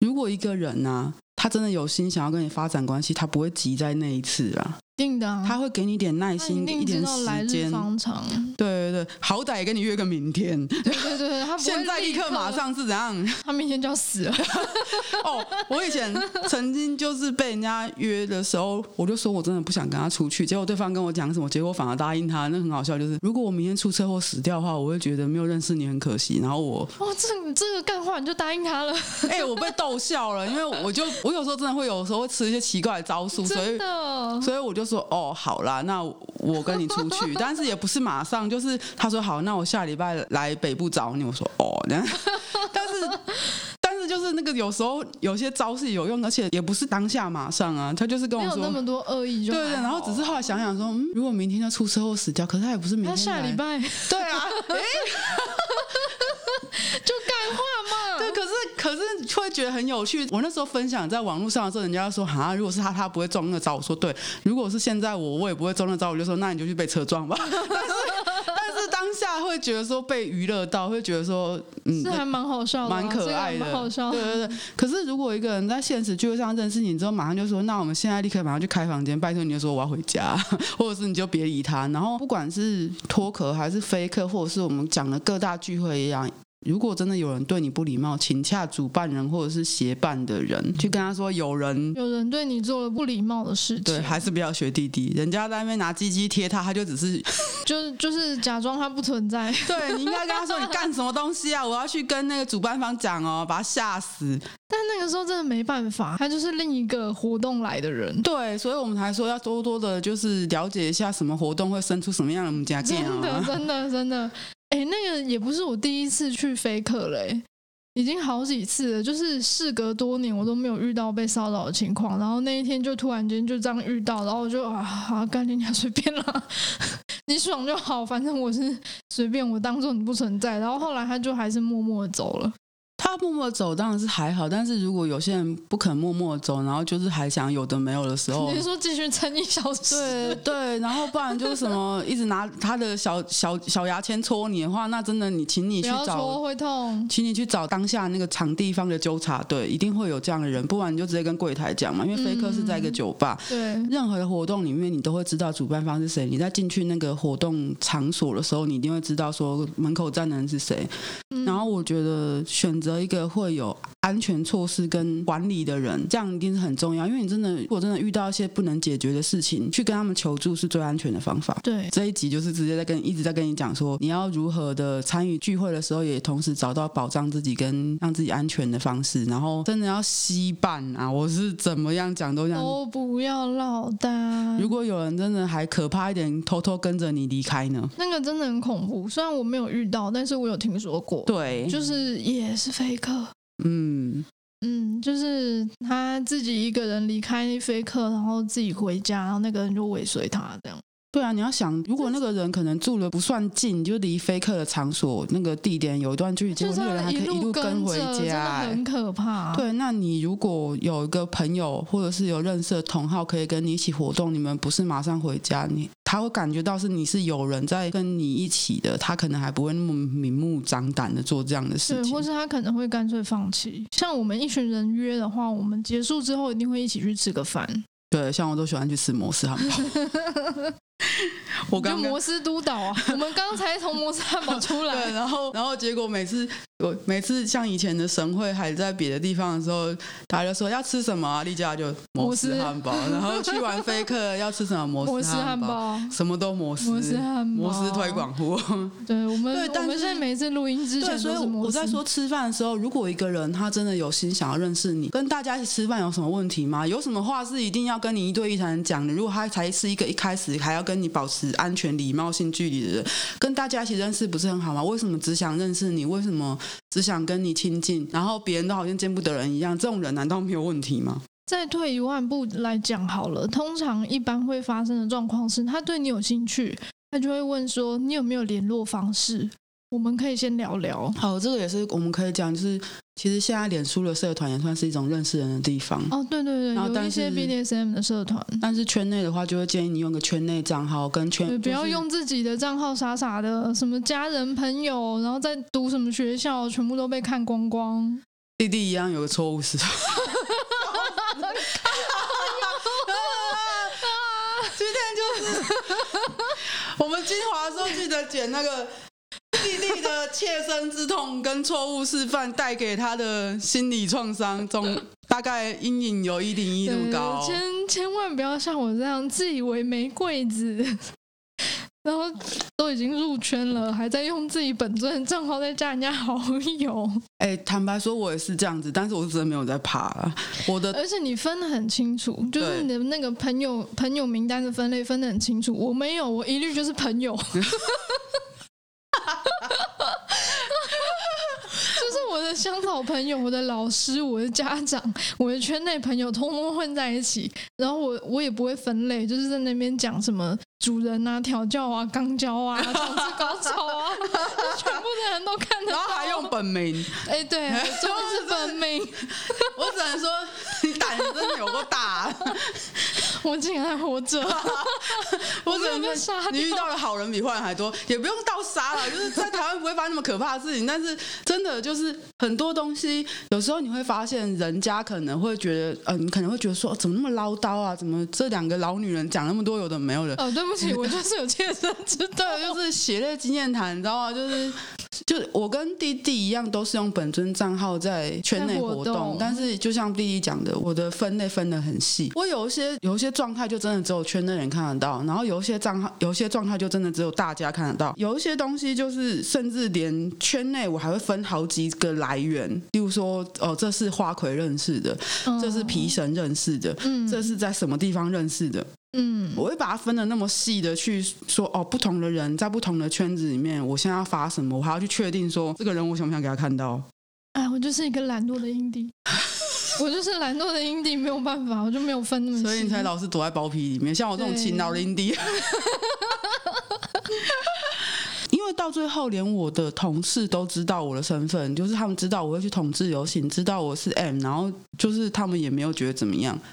A: 如果一个人呢、他真的有心想要跟你发展关系，他不会急在那一次啊，
B: 定的、啊，
A: 他会给你一点耐
B: 他
A: 心，
B: 一定知
A: 点
B: 道来
A: 时
B: 日
A: 间。
B: 方长。
A: 对对对，好歹也跟你约个明天，
B: 对对对， 他不会
A: 现在
B: 立
A: 立刻马，上是怎样？
B: 他明天就要死了。
A: 哦，我以前曾经就是被人家约的时候，我就说我真的不想跟他出去，结果对方跟我讲什么，结果反而答应他，那很好笑。就是如果我明天出车祸死掉的话，我会觉得没有认识你很可惜。然后我，
B: 哇，哦这这个干话你就答应他了，
A: 哎、我被逗笑了，因为我就我有时候真的会有时候会吃一些奇怪的招数， 所
B: 真
A: 以。
B: 的。
A: 所以我就说哦，好啦，那我跟你出去，但是也不是马上，就是他说好，那我下礼拜来北部找你。我说哦，那但是但是就是那个有时候有些招是有用，而且也不是当下马上啊，他就是跟
B: 没
A: 我
B: 有那
A: 说。
B: 么多恶意就
A: 对
B: 还好，啊
A: 对，然后只是后来想想说，嗯，如果明天就出车祸死掉，可是他也不是明
B: 他
A: 天
B: 下
A: 来
B: 礼拜
A: 对啊，诶，
B: 就干话 嘛。
A: 对，可是可是会觉得很有趣。我那时候分享在网络上的时候，人家就说啊，如果是他，他不会中那个招。我说对，如果是现在我，我也不会中那招。我就说那你就去被车撞吧。 但是但是当下会觉得说被娱乐到，会觉得说嗯，
B: 是还蛮好笑的啊、
A: 蛮可爱的，
B: 这个还蛮好笑
A: 对
B: 的。
A: 对对。可是如果一个人在现实聚会上认识你之后，马 上就说：“那我们现在立刻马上去开房间，拜托你就说我要回家， 或者是你就别理他。”然后不管是脱壳还是飞客，或者是我们讲的各大聚会一样。如果真的有人对你不礼貌，请洽主办人或者是协办的人去跟他说，有人
B: 有人对你做了不礼貌的事情，
A: 对，还是不要学弟弟，人家在那边拿鸡鸡贴他，他就只 是
B: 就是就是假装它不存在。
A: 对你应该跟他说你干什么东西啊，我要去跟那个主办方讲哦，把他吓死。
B: 但那个时候真的没办法，他就是另一个活动来的人，
A: 对，所以我们才说要多多的，就是了解一下什么活动会生出什么样的我们家健
B: 真的
A: 啊。
B: 真的真的。哎、那个也不是我第一次去飞客了、欸，已经好几次了，就是事隔多年我都没有遇到被骚扰的情况，然后那一天就突然间就这样遇到，然后我就啊，好干你娘随便啦， 你爽就好，反正我是随便，我当做你不存在。然后后来他就还是默默的走了。
A: 他默默走当然是还好，但是如果有些人不肯默默走，然后就是还想有的没有的时候
B: 你，是说继续撑一小时？
A: 对对，然后不然就是什么一直拿他的小小小牙签戳你的话，那真的你请你
B: 不
A: 去
B: 要戳
A: 找。
B: 会痛。
A: 请你去找当下那个场地方的纠察队，一定会有这样的人，不然你就直接跟柜台讲嘛。因为飞客是在一个
B: 嗯
A: 酒吧，
B: 对，
A: 任何的活动里面，你都会知道主办方是谁。你在进去那个活动场所的时候，你一定会知道说门口站的人是谁。
B: 嗯
A: 然后我觉得选择一个会有安全措施跟管理的人，这样一定是很重要。因为你真的，如果真的遇到一些不能解决的事情，去跟他们求助是最安全的方法。
B: 对，
A: 这一集就是直接在跟一直在跟你讲说，你要如何的参与聚会的时候，也同时找到保障自己跟让自己安全的方式。然后真的要惜伴啊，我是怎么样讲都这样。
B: 都不要落单。
A: 如果有人真的还可怕一点，偷偷跟着你离开呢？
B: 那个真的很恐怖，虽然我没有遇到，但是我有听说过，
A: 对，
B: 就是也是飞客，
A: 嗯，
B: 嗯，就是他自己一个人离开飞客，然后自己回家，然后那个人就尾随他这样。
A: 对啊，你要想，如果那个人可能住的不算近，就离飞客的场所那个地点有一段距离，结
B: 就
A: 果
B: 是
A: 那个人
B: 他
A: 还可以一
B: 路
A: 路跟回
B: 着，真的
A: 家、哎
B: 很可怕。
A: 对，那你如果有一个朋友或者是有认识的同好可以跟你一起活动，你们不是马上回家，你他会感觉到是你是有人在跟你一起的，他可能还不会那么明目张胆的做这样的事
B: 对，
A: 情
B: 或。是他可能会干脆放弃。像我们一群人约的话，我们结束之后一定会一起去吃个饭。
A: 对，像我都喜欢去吃摩斯汉 堡。我
B: 就
A: 刚刚
B: 摩斯督 导啊，我们刚才从摩斯汉堡出
A: 对，
B: 来，
A: 然后然后结果每次我每次像以前的神会还在别的地方的时候，大家就说要吃什么、啊，丽佳就摩斯
B: 摩斯
A: 汉堡，然后去完飞客要吃什么摩
B: 摩斯
A: 斯汉
B: 汉
A: 堡，
B: 堡，
A: 什么都摩斯，
B: 摩斯汉堡，
A: 摩斯推。广户。
B: 对我们
A: 对，
B: 我
A: 但
B: 们
A: 是
B: 现在每一次录音之前
A: 对，所以
B: 都是摩斯。
A: 我在说吃饭的时候，如果一个人他真的有心想要认识你，跟大家一起吃饭有什么问题吗？有什么话是一定要跟你一对一才能讲的？如果他才是一个一开始还要跟你保持安全礼貌性距离的人，跟大家一起认识不是很好吗？为什么只想认识你？为什么只想跟你亲近？然后别人都好像见不得人一样，这种人难道没有问题吗？
B: 再退一万步来讲好了，通常一般会发生的状况是，他对你有兴趣，他就会问说你有没有联络方式，我们可以先聊聊。
A: 好，这个也是我们可以讲，就是其实现在脸书的社团也算是一种认识人的地方。
B: 哦，对对对，
A: 然后
B: 有一
A: 但
B: 些
A: 是
B: BDSM 的社团，
A: 但是圈内的话，就会建议你用个圈内账号跟圈，
B: 对，不要
A: 就是
B: 用自己的账号傻傻的，什么家人朋友，然后再读什么学校，全部都被看光光。
A: 弟弟一样有个错误示范。今天就是我们精华的时候，记得剪那个弟弟的切身之痛跟错误示范带给他的心理创伤，总大概阴影有一零一这么高
B: 对，。千千万不要像我这样自以为玫瑰子， 然后都已经入圈了，还在用自己本尊的账号在加人家好友，
A: 哎、坦白说，我也是这样子，但是我是真的没有在怕啦。我的
B: 而且你分的很清楚，就是
A: 对
B: 你的那个朋友朋友名单的分类分的很清楚。我没有，我一律就是朋友。 就是我的香草朋友、我的老师、我的家长、我的圈内朋友，通通混在一起。然后我我也不会分类，就是在那边讲什么主人啊、调教啊、肛交 啊、强制高潮啊，全部的人都看得
A: 然
B: 到。
A: 后还用本名，
B: 哎、对， 真的是本名。
A: 我只能说你胆子真的有够大、
B: 我竟然还活着，我
A: 我只
B: 怎
A: 能
B: 么
A: 说
B: 被杀
A: 你遇
B: 掉？
A: 到的好人比坏人还多，也不用到杀了， 就是在台湾不会发生那么可怕的事情。但是真的就是很多东西，有时候你会发现，人家可能会觉得，呃，你可能会觉得说，哦怎么那么唠叨啊？怎么这两个老女人讲那么多有的没有的？
B: 哦，对不起，我就是有切身之痛。
A: 对，就是血泪经验谈，你知道吗？就是，就是我跟弟弟一样，都是用本尊账号在圈内活
B: 在活
A: 动
B: 动，
A: 但是就像弟弟讲的，我的分类分得很细。我有一些有一些状态就真的只有圈内人看得到，然后有一些账号有一些状态就真的只有大家看得到，有一些东西就是甚至连圈内我还会分好几个来源，例如说哦，这是花魁认识的，这是皮神认识的，
B: 嗯，嗯，
A: 这是在什么地方认识的。
B: 嗯，
A: 我会把它分的那么细的去说哦，不同的人在不同的圈子里面，我现在要发什么，我还要去确定说这个人我想不想给他看到。
B: 哎，我就是一个懒惰的阴蒂， 我就是懒惰的阴蒂，没有办法，我就没有分那么细。
A: 所以你才老是躲在包皮里面，像我这种
B: 嗯对
A: 勤劳的阴蒂。 因为到最后，连我的同事都知道我的身份，就是他们知道我会去同志游行，知道我是 M，然后就是他们也没有觉得怎么样。
B: 嗯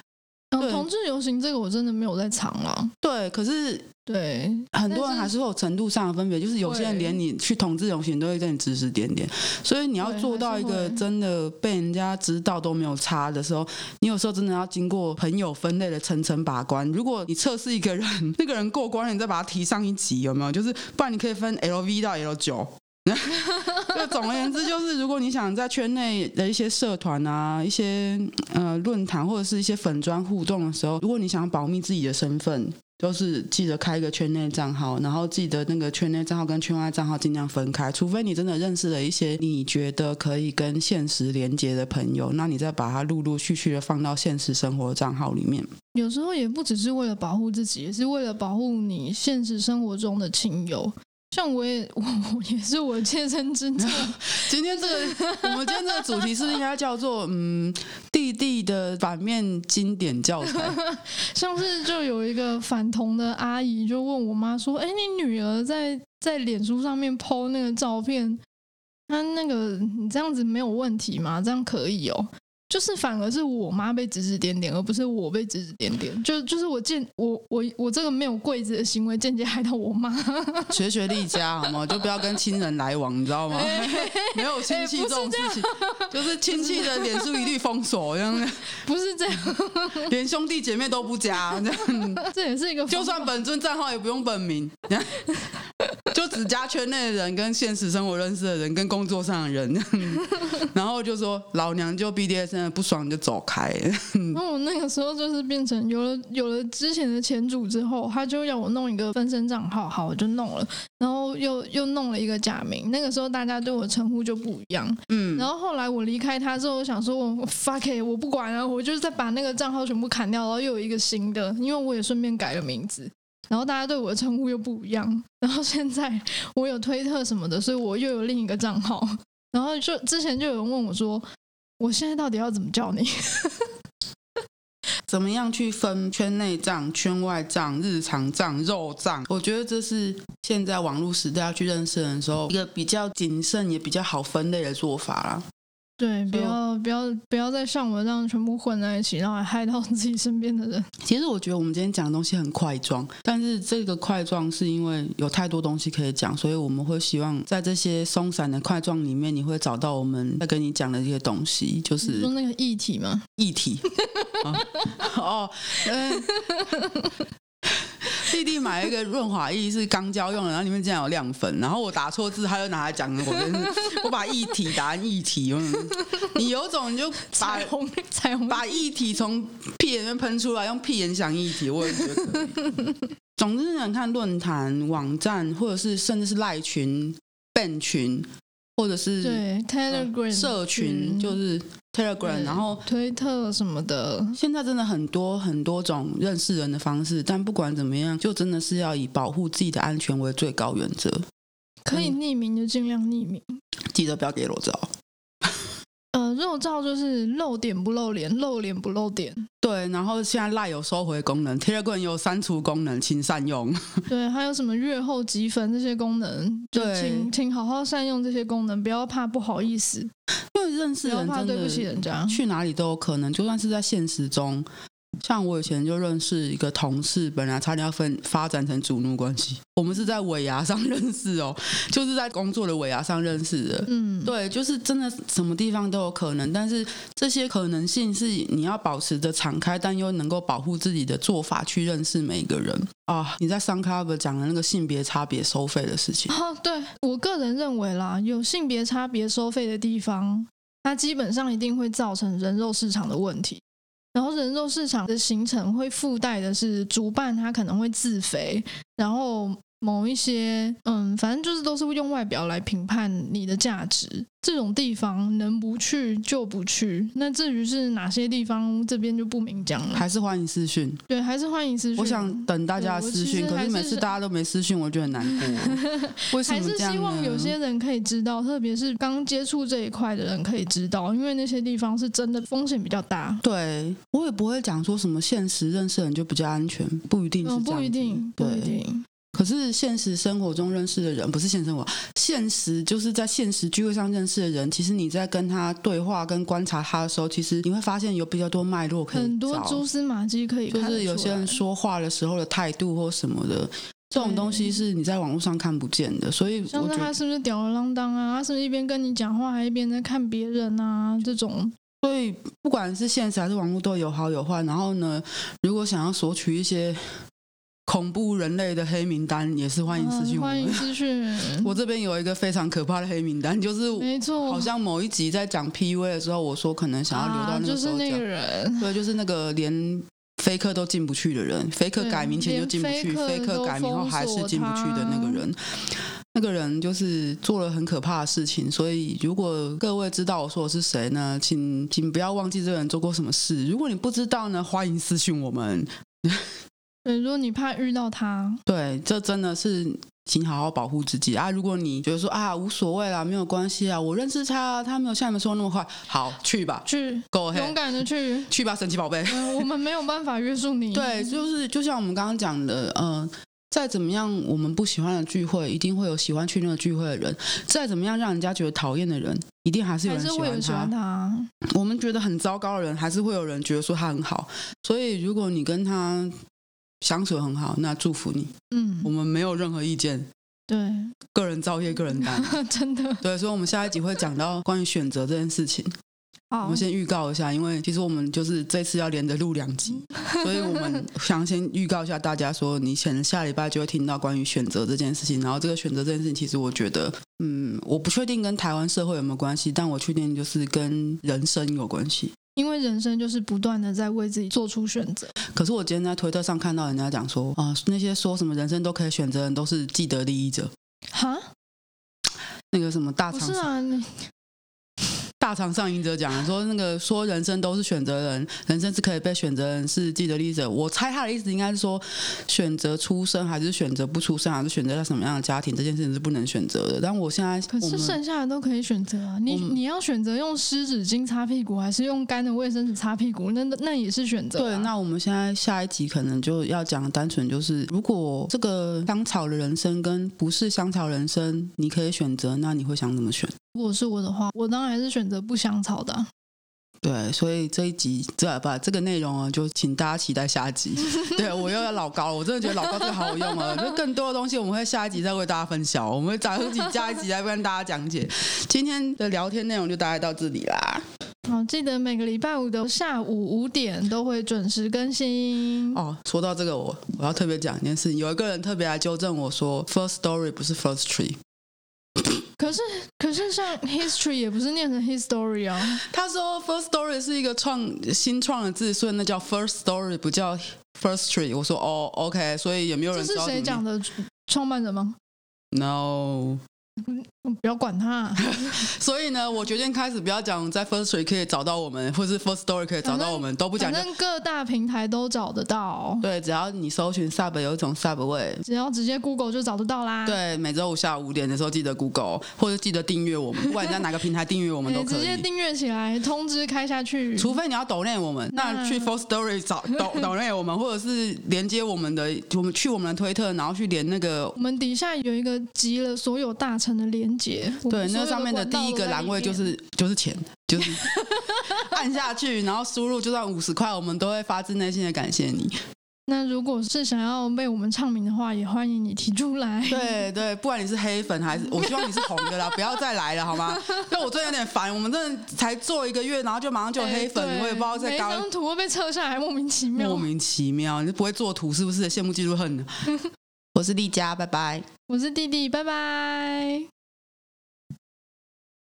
A: 对
B: 同志游行这个我真的没有在藏了，
A: 对，可是
B: 对，
A: 很多
B: 但
A: 人
B: 是
A: 还是会有程度上的分别，就是有些人
B: 会
A: 连你去统治游行都会跟你指指点点，所以你要
B: 对
A: 做到
B: 还
A: 一
B: 是
A: 个
B: 会
A: 真的被人家知道都没有差的时候，你有时候真的要经过朋友分类的层层把关。如果你测试一个人，那个人过关了，你再把他提上一级，有没有？就是不然你可以分 LV 到 L 九。 就总而言之，就是如果你想在圈内的一些社团啊、一些呃论坛或者是一些粉砖互动的时候，如果你想保密自己的身份，就是记得开一个圈内账号，然后记得那个圈内账号跟圈外账号尽量分开，除非你真的认识了一些你觉得可以跟现实连接的朋友，那你再把它陆陆续续的放到现实生活账号里面。
B: 有时候也不只是为了保护自己，也是为了保护你现实生活中的亲友。像我也 我我也是我切身之痛，
A: 今天这个，我们今天这个主题是不是应该叫做嗯弟弟的反面经典教材？
B: 上次就有一个反同的阿姨就问我妈说：“哎、你女儿在在脸书上面 PO 那个照片，她那个你这样子没有问题吗？这样可以哦、就是反而是我妈被指指点点，而不是我被指指点点。就就是我间我我我这个没有柜子的行为，间接害到我妈。
A: 学学丽佳好吗？就不要跟亲人来往，你知 道吗？没有亲戚这种事情，就是亲戚的脸书一律封锁，这样
B: 不是这样，
A: 连兄弟姐妹都不加，这样
B: 这也是一个
A: 就算本尊账号也不用本名， 这样就只加圈内的人、跟现实生活认识的人、跟工作上的人， 这样然后就说老娘就 BDSM 不爽你就走开。
B: 那我那个时候就是变成有了有了之前的前主之后，他就要我弄一个分身账号，好我就弄了，然后又又弄了一个假名。那个时候大家对我称呼就不一样，
A: 嗯，
B: 然后后来我离开他之后，我想说我我 fuck it，我不管了、我就是再把那个账号全部砍掉，然后又有一个新的，因为我也顺便改了名字。然后大家对我的称呼又不一样，然后现在我有推特什么的，所以我又有另一个账号。然后就之前就有人问我说，我现在到底要怎么叫你？
A: 怎么样去分圈内账、圈外账、日常账、肉账？我觉得这是现在网络时代要去认识人的时候一个比较谨慎也比较好分类的做法啦。
B: 对，不
A: 所以
B: 要不要不要再像我这样全部混在一起，然后还害到自己身边的人。
A: 其实我觉得我们今天讲的东西很块状，但是这个块状是因为有太多东西可以讲，所以我们会希望在这些松散的块状里面，你会找到我们在跟你讲的这些东西，就
B: 你
A: 是
B: 说那个议题嘛，
A: 议题。啊哦，嗯，弟弟买一个润滑液是钢胶用的，然后里面竟然有亮粉，然后我打错字，他就拿来讲我，真是我把液体打成液体，嗯你有种你就把
B: 彩虹 彩虹
A: 把液体从屁眼里面喷出来，用屁眼想液体，我也觉得可以。 总之呢，你看论坛、网站，或者是甚至是赖群、笨群，或者是呃
B: 对 Telegram
A: 嗯
B: 嗯
A: 社群，就是 Telegram，
B: 对
A: 然后
B: 推特什么的，
A: 现在真的很多很多种认识人的方式，但不管怎么样，就真的是要以保护自己的安全为最高原则。
B: 可
A: 嗯
B: 以匿名就尽量匿名。
A: 记得不要给裸照。
B: 呃，肉照就是露点不露脸，露脸不露点。
A: 对，然后现在赖有收回功能，Telegram 有删除功能，请善用。
B: 对，还有什么月后积分这些功能，就
A: 对
B: 请请好好善用这些功能，不要怕不好意思，
A: 因为认识
B: 不要
A: 人
B: 怕
A: 真的
B: 对不起人家。
A: 去哪里都有可能，就算是在现实中，像我以前就认识一个同事，本来差点要分发展成主奴关系，我们是在尾牙上 认识哦，就是在工作的尾牙上认识的。
B: 嗯，
A: 对，就是真的什么地方都有可能，但是这些可能性是你要保持着敞开，但又能够保护自己的做法去认识每一个人啊。你在 Sun Club 讲的那个性别差别收费的事情，
B: 哦，对我个人认为啦，有性别差别收费的地方，它基本上一定会造成人肉市场的问题。然后人肉市场的形成会附带的是，主办他可能会自肥，然后某一些嗯，反正就是都是用外表来评判你的价值。这种地方能不去就不去。那至于是哪些地方，这边就不明讲了。
A: 还是欢迎私讯。
B: 对，还是欢迎私讯。
A: 我想等大家的私讯，
B: 对我其实
A: 可
B: 还
A: 是
B: 是
A: 每次大家都没私讯，我觉得很难 过。为什
B: 还
A: 么
B: 是
A: 这样呢
B: 希望有些人可以知道，特别是刚接触这一块的人可以知道，因为那些地方是真的风险比较大。
A: 对我也不会讲说什么现实认识人就比较安全，不一定是这
B: 嗯，
A: 样子、
B: 不一定，不
A: 对
B: 一定。
A: 可是现实生活中认识的人，不是现实生活，现实就是在现实聚会上认识的人。其实你在跟他对话、跟观察他的时候，其实你会发现有比较多脉络可以
B: 很多
A: 找
B: 蛛丝马迹可以
A: 就
B: 看得出来，
A: 是有些人说话的时候的态度或什么的，这种
B: 对
A: 东西是你在网络上看不见的。所以
B: 像
A: 我
B: 是
A: 觉
B: 他
A: 得，
B: 是不是吊儿郎当啊？他是不是一边跟你讲话还一边在看别人啊？这种
A: 所以不管是现实还是网络，都有好有坏。然后呢，如果想要索取一些恐怖人类的黑名单，也是欢迎私
B: 嗯
A: 信我
B: 欢
A: 们
B: 迎。私讯。
A: 我这边有一个非常可怕的黑名单，就是
B: 没错，
A: 好像某一集在讲 PUA 的时候，我说可能想要留到
B: 啊
A: 那
B: 就
A: 个时
B: 是
A: 候讲，
B: 那个人。
A: 对，就是那个连飞客都进不去的人，飞客
B: 对
A: 改名前就
B: 连
A: 进不去，
B: 飞
A: 飞
B: 客
A: 客
B: 都
A: 改名后
B: 封
A: 还是
B: 锁
A: 进不去的那个
B: 他
A: 人。那个人就是做了很可怕的事情，所以如果各位知道我说的是谁呢，请请不要忘记这个人做过什么事。如果你不知道呢，欢迎私讯我们。
B: 对，如果你怕遇到他，
A: 对，这真的是请好好保护自己啊！如果你觉得说啊无所谓啦，没有关系啊，我认识他，他没有像你们说的那么坏，好去吧
B: 去
A: ，Go
B: 勇
A: ahead，
B: 敢的去。呃
A: 去吧，神奇宝贝。
B: 嗯，我们没有办法约束你。
A: 对，就是就像我们刚刚讲的，嗯、再怎么样我们不喜欢的聚会，一定会有喜欢去那个聚会的人；再怎么样让人家觉得讨厌的人，一定还是有
B: 还
A: 人
B: 是会有人喜
A: 喜
B: 欢
A: 欢他。
B: 他啊。
A: 我们觉得很糟糕的人，还是会有人觉得说他很好。所以如果你跟他相处得很好，那祝福你，我
B: 嗯，
A: 们没有任何意见，
B: 对，
A: 个人造业，个人担。
B: 真的
A: 对，所以，我们下一集会讲到关于选择这件事情。我
B: 好
A: 们，先预告一下，因为其实我们就是这次要连着录两集，
B: 嗯
A: 所以我们想先预告一下大家说，你可能下礼拜就会听到关于选择这件事情。然后这个选择这件事情，其实我觉得，嗯，我不确定跟台湾社会有没有关系，但我确定就是跟人生有关系。
B: 因为人生就是不断的在为自己做出选择。
A: 可是我今天在推特上看到人家讲说，啊、那些说什么人生都可以选择的人都是既得利益者，
B: 哈，
A: 那个什么大
B: 不
A: 厂
B: 是
A: 商、
B: 啊，你
A: 大厂上瘾者讲的说那个说人生都是选择人，人生是可以被选择人是既得利益者。我猜他的意思应该是说，选择出生还是选择不出生，还是选择在什么样的家庭，这件事情是不能选择的。但我现在
B: 可
A: 我
B: 是
A: 们
B: 剩下的都可以选择啊。你
A: 我们
B: 你要选择用湿纸巾擦屁股，还是用干的卫生纸擦屁股？那那也是选择啊、
A: 对，那我们现在下一集可能就要讲，单纯就是如果这个香草的人生跟不是香草人生，你可以选择，那你会想怎么选？
B: 如果是我的话，我当然还是选择不香草的啊、
A: 对，所以这一集这把这个内容啊，就请大家期待下一集。对我又要老高了，我真的觉得老高这个好有用啊！就更多的东西我们会下一集再为大家分享，我们会找一集下一集再跟大家讲解。今天的聊天内容就大概到这里啦。
B: 好，记得每个礼拜五的下午五点都会准时更新。
A: 哦，说到这个，我我要特别讲一件事情，有一个人特别来纠正我说，First Story 不是 First Tree，
B: 可是可是像 history 也不是念成 history 啊，
A: 他说 First Story 是一个创新创的字，所以那叫 First Story，不叫 First Tree。我说哦，OK，所以也没有
B: 这
A: 人
B: 是
A: 知道
B: 谁
A: 怎
B: 讲
A: 么
B: 的？创办人吗？
A: 念 No。
B: 嗯不要管他啊、
A: 所以呢，我决定开始不要讲在 First Story 可以找到我们，或是 First Story 可以找到我们，都不讲
B: 反
A: 就。
B: 正各大平台都找得到，
A: 对，只要你搜寻 Sub 有一种 Sub 味。
B: 只要直接 Google 就找得到啦。
A: 对，每周五下午五点的时候记得 Google，或者记得订阅我们，不管你在哪个平台订阅我们
B: 哎，
A: 都
B: 你
A: 可
B: 直接
A: 以。
B: 订阅起来，通知开下去。
A: 除非你要抖内我们，那
B: 那
A: 去 First Story 找抖抖内我们，或者是连接我们的，我们去我们的推特，然后去连那个
B: 我们底下有一个集了所有大臣的连接，我
A: 对
B: 们所
A: 那
B: 有
A: 上面的
B: 管道
A: 第一个
B: 都在
A: 栏位
B: 里
A: 就
B: 面
A: 是就是钱，就是 按下去，然后输入就算五十块，我们都会发自内心的感谢你。
B: 那如果是想要被我们唱名的话，也欢迎你提出来。
A: 对对，不管你是黑粉 还是，我希望你是红的啦，不要再来了好 吗？因为我真的有点烦，我们真的才做一个月，然后就马上就有黑粉，
B: 哎对
A: 我也不知道在
B: 每一
A: 搞。
B: 张图会被撤下来，莫名其妙。
A: 莫名其妙，你不会做图是 不是？羡慕嫉妒恨。我是丽佳，拜拜。
B: 我是弟弟，拜拜。